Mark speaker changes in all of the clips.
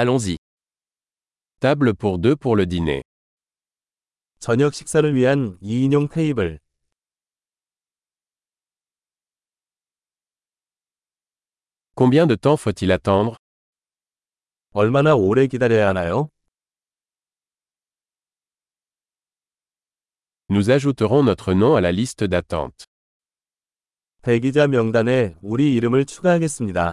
Speaker 1: Allons-y. Table pour deux pour le dîner.
Speaker 2: 저녁 식사를 위한 2인용 테이블.
Speaker 1: Combien de temps faut-il attendre
Speaker 2: 얼마나 오래 기다려야 하나요?
Speaker 1: Nous ajouterons notre nom à la liste d'attente.
Speaker 2: 대기자 명단에 우리 이름을 추가하겠습니다.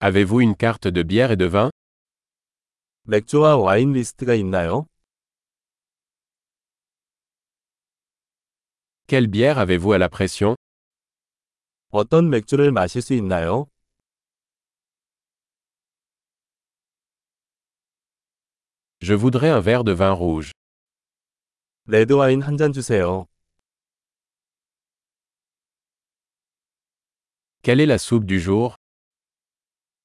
Speaker 1: Avez-vous une carte de bière et de vin
Speaker 2: 맥주와 와인 리스트가 있나요?
Speaker 1: Quelle bière avez-vous à la pression
Speaker 2: 어떤 맥주를 마실 수 있나요?
Speaker 1: Je voudrais un verre de vin rouge.
Speaker 2: 레드 와인 한 잔 주세요.
Speaker 1: Quelle est la soupe du jour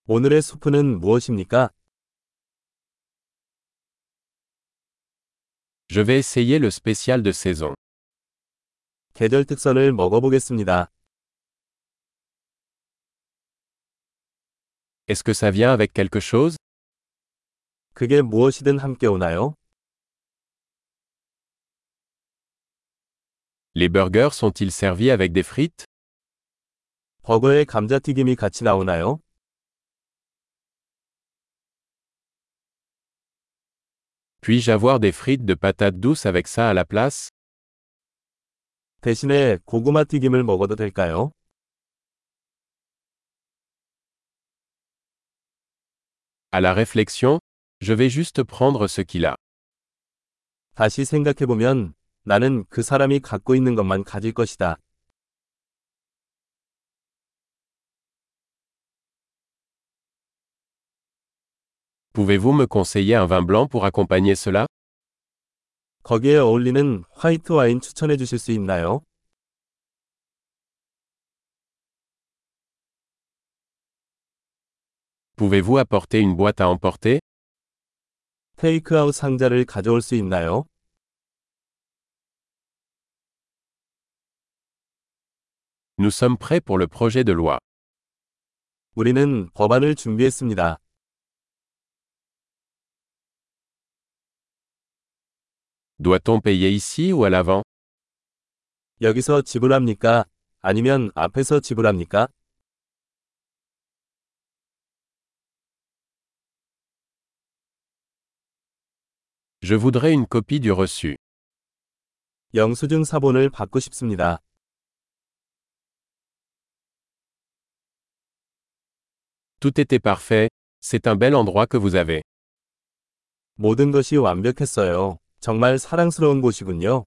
Speaker 2: 오늘의 수프는 무엇입니까?
Speaker 1: Je vais essayer le spécial de saison.
Speaker 2: 계절 특선을 먹어보겠습니다.
Speaker 1: Est-ce que ça vient avec quelque chose
Speaker 2: 그게 무엇이든 함께 오나요?
Speaker 1: Les burgers sont-ils servis avec des frites
Speaker 2: 버거에 감자튀김이 같이 나오나요?
Speaker 1: Puis-je avoir des frites de patates douces avec ça à la place
Speaker 2: 대신에 고구마 튀김을 먹어도 될까요?
Speaker 1: À la réflexion, je vais juste prendre ce qu'il a.
Speaker 2: 다시 생각해보면 나는 그 사람이 갖고 있는 것만 가질 것이다.
Speaker 1: Pouvez-vous me conseiller un vin blanc pour accompagner cela
Speaker 2: 거기에 어울리는 화이트 와인 추천해 주실 수 있나요?
Speaker 1: Pouvez-vous apporter une boîte à emporter
Speaker 2: 테이크아웃 상자를 가져올 수 있나요?
Speaker 1: Nous sommes prêts pour le projet de loi.
Speaker 2: 우리는 법안을 준비했습니다.
Speaker 1: Doit-on payer ici ou à l'avant
Speaker 2: 여기서 지불합니까? 아니면 앞에서 지불합니까?
Speaker 1: Je voudrais une copie du reçu.
Speaker 2: 영수증 사본을 받고 싶습니다.
Speaker 1: Tout était parfait, c'est un bel endroit que vous avez.
Speaker 2: 모든 것이 완벽했어요. 정말 사랑스러운 곳이군요.